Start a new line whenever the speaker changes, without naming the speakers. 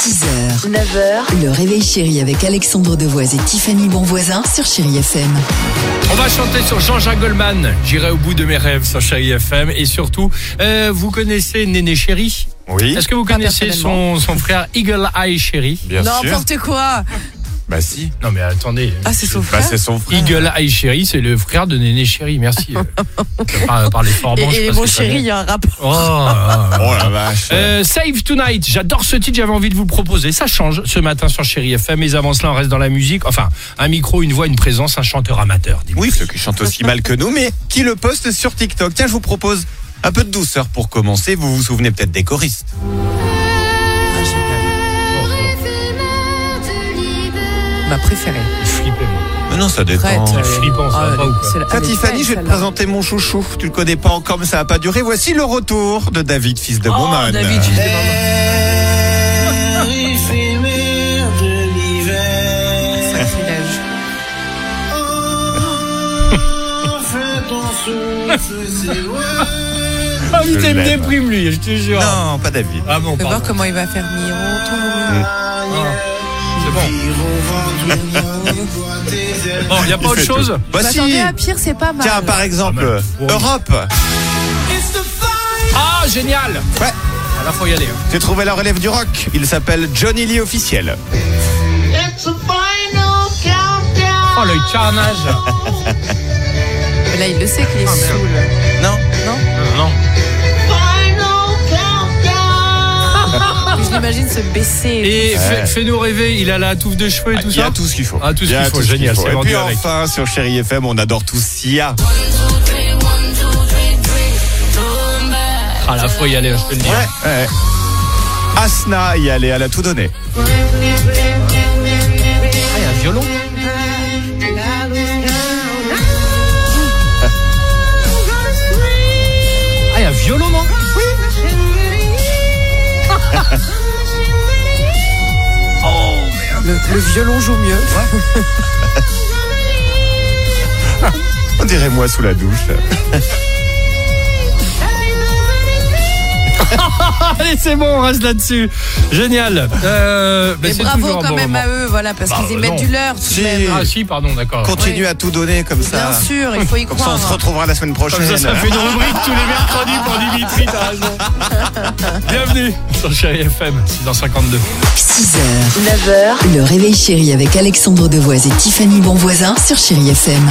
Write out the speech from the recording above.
6h, 9h, le réveil chéri avec Alexandre Devoise et Tiffany Bonvoisin sur Chéri FM.
On va chanter sur Jean-Jacques Goldman. J'irai au bout de mes rêves sur Chéri FM. Et surtout, euh, vous connaissez Néné Chéri
Oui,
Est-ce que vous connaissez son, son frère Eagle Eye Chéri
bien sûr.
N'importe quoi
Bah si.
Non mais attendez.
Ah, c'est son
Bah
frère
c'est son frère.
Eagle Eye Chéri, c'est le frère de Néné Chéri. Merci. euh, par, par les
Et,
formants. je sais
et les
pas ce
bons
que ça
chéris, il
donne.
y a un rapport.
Oh, ah, ah.
Oh la vache.
Euh, Save Tonight, j'adore ce titre, j'avais envie de vous le proposer. Ça change ce matin sur Chéri FM, mais avant cela, on reste dans la musique. Enfin, un micro, une voix, une présence, un chanteur amateur. dis-moi.
Oui, ceux qui chantent aussi mal que nous, mais qui le postent sur TikTok. Tiens, je vous propose un peu de douceur pour commencer. Vous vous souvenez peut-être des choristes.
Ma préférée.
Flippé, moi.
Mais non, ça dépend.
Prête. euh,
flippant, ça va Ah, pas ou quoi
Ah, c'est la-
Tiens,
elle est
Tiffany,
belle,
je vais te
celle-là.
présenter mon chouchou. Tu le connais pas encore, mais ça va pas durer. Voici le retour de David, fils de Bowman.
Oh, David, je demande.
éphémère de l'hiver.
Sacrilège.
Eh.
Enfin ton souffle s'éloigne.
Ah, il
Je
me
l'aime.
déprime, lui, je te jure.
Non, pas David.
Ah bon,
On peut
pardon.
voir comment il va faire Miron.
C'est bon.
Vire au vent douillant, toi tes ailes.
Bon, y a pas
Il
autre
fait
chose
tout. Voici.
Attendez, à pire, c'est pas mal.
Tiens, par exemple,
Ah, mais-
Europe.
Ah, génial
Ouais.
Alors, faut y aller. hein.
J'ai trouvé leur élève du rock. Il s'appelle Johnny Lee officiel.
It's the final countdown.
Oh, le carnage Ah,
Mais Là, il le sait qu'il est saoul.
Non
Non, non.
Final countdown.
Je l'imagine se baisser.
Et fais-
Ouais.
fais-nous rêver, il a la touffe de cheveux et tout
Ah, Il y
ça
a tout ce qu'il faut.
Ah, tout ce
Il y a
qu'il faut,
ce
génial, c'est
Et
vendu
puis
avec.
enfin, sur Chéri FM, on adore tous Sia.
Ah, là, faut y aller, je te le dis.
Ouais. ouais. Asna y allait, elle a tout donné.
Ah, y a un violon Ah, y a un violon, non
Le, le violon joue mieux.
On dirait moi sous la douche.
Allez, c'est bon, on reste là-dessus. Génial. Euh, ben,
Mais
c'est
bravo
toujours un
quand
bon
même
moment.
à eux, voilà, parce
Bah,
qu'ils y
non.
mettent du leur tout de
Si.
même.
Ah, si, pardon, d'accord.
Continue à tout donner comme ça.
Bien sûr, il faut y
Comme ça, on
croire. hein.
se retrouvera la semaine prochaine.
Comme ça, ça fait une rubrique tous les mercredis pour Dimitri, t'as raison. Bienvenue sur Chéri FM, 6h52.
6h, 9h, le réveil chéri avec Alexandre Devoise et Tiffany Bonvoisin sur Chéri FM.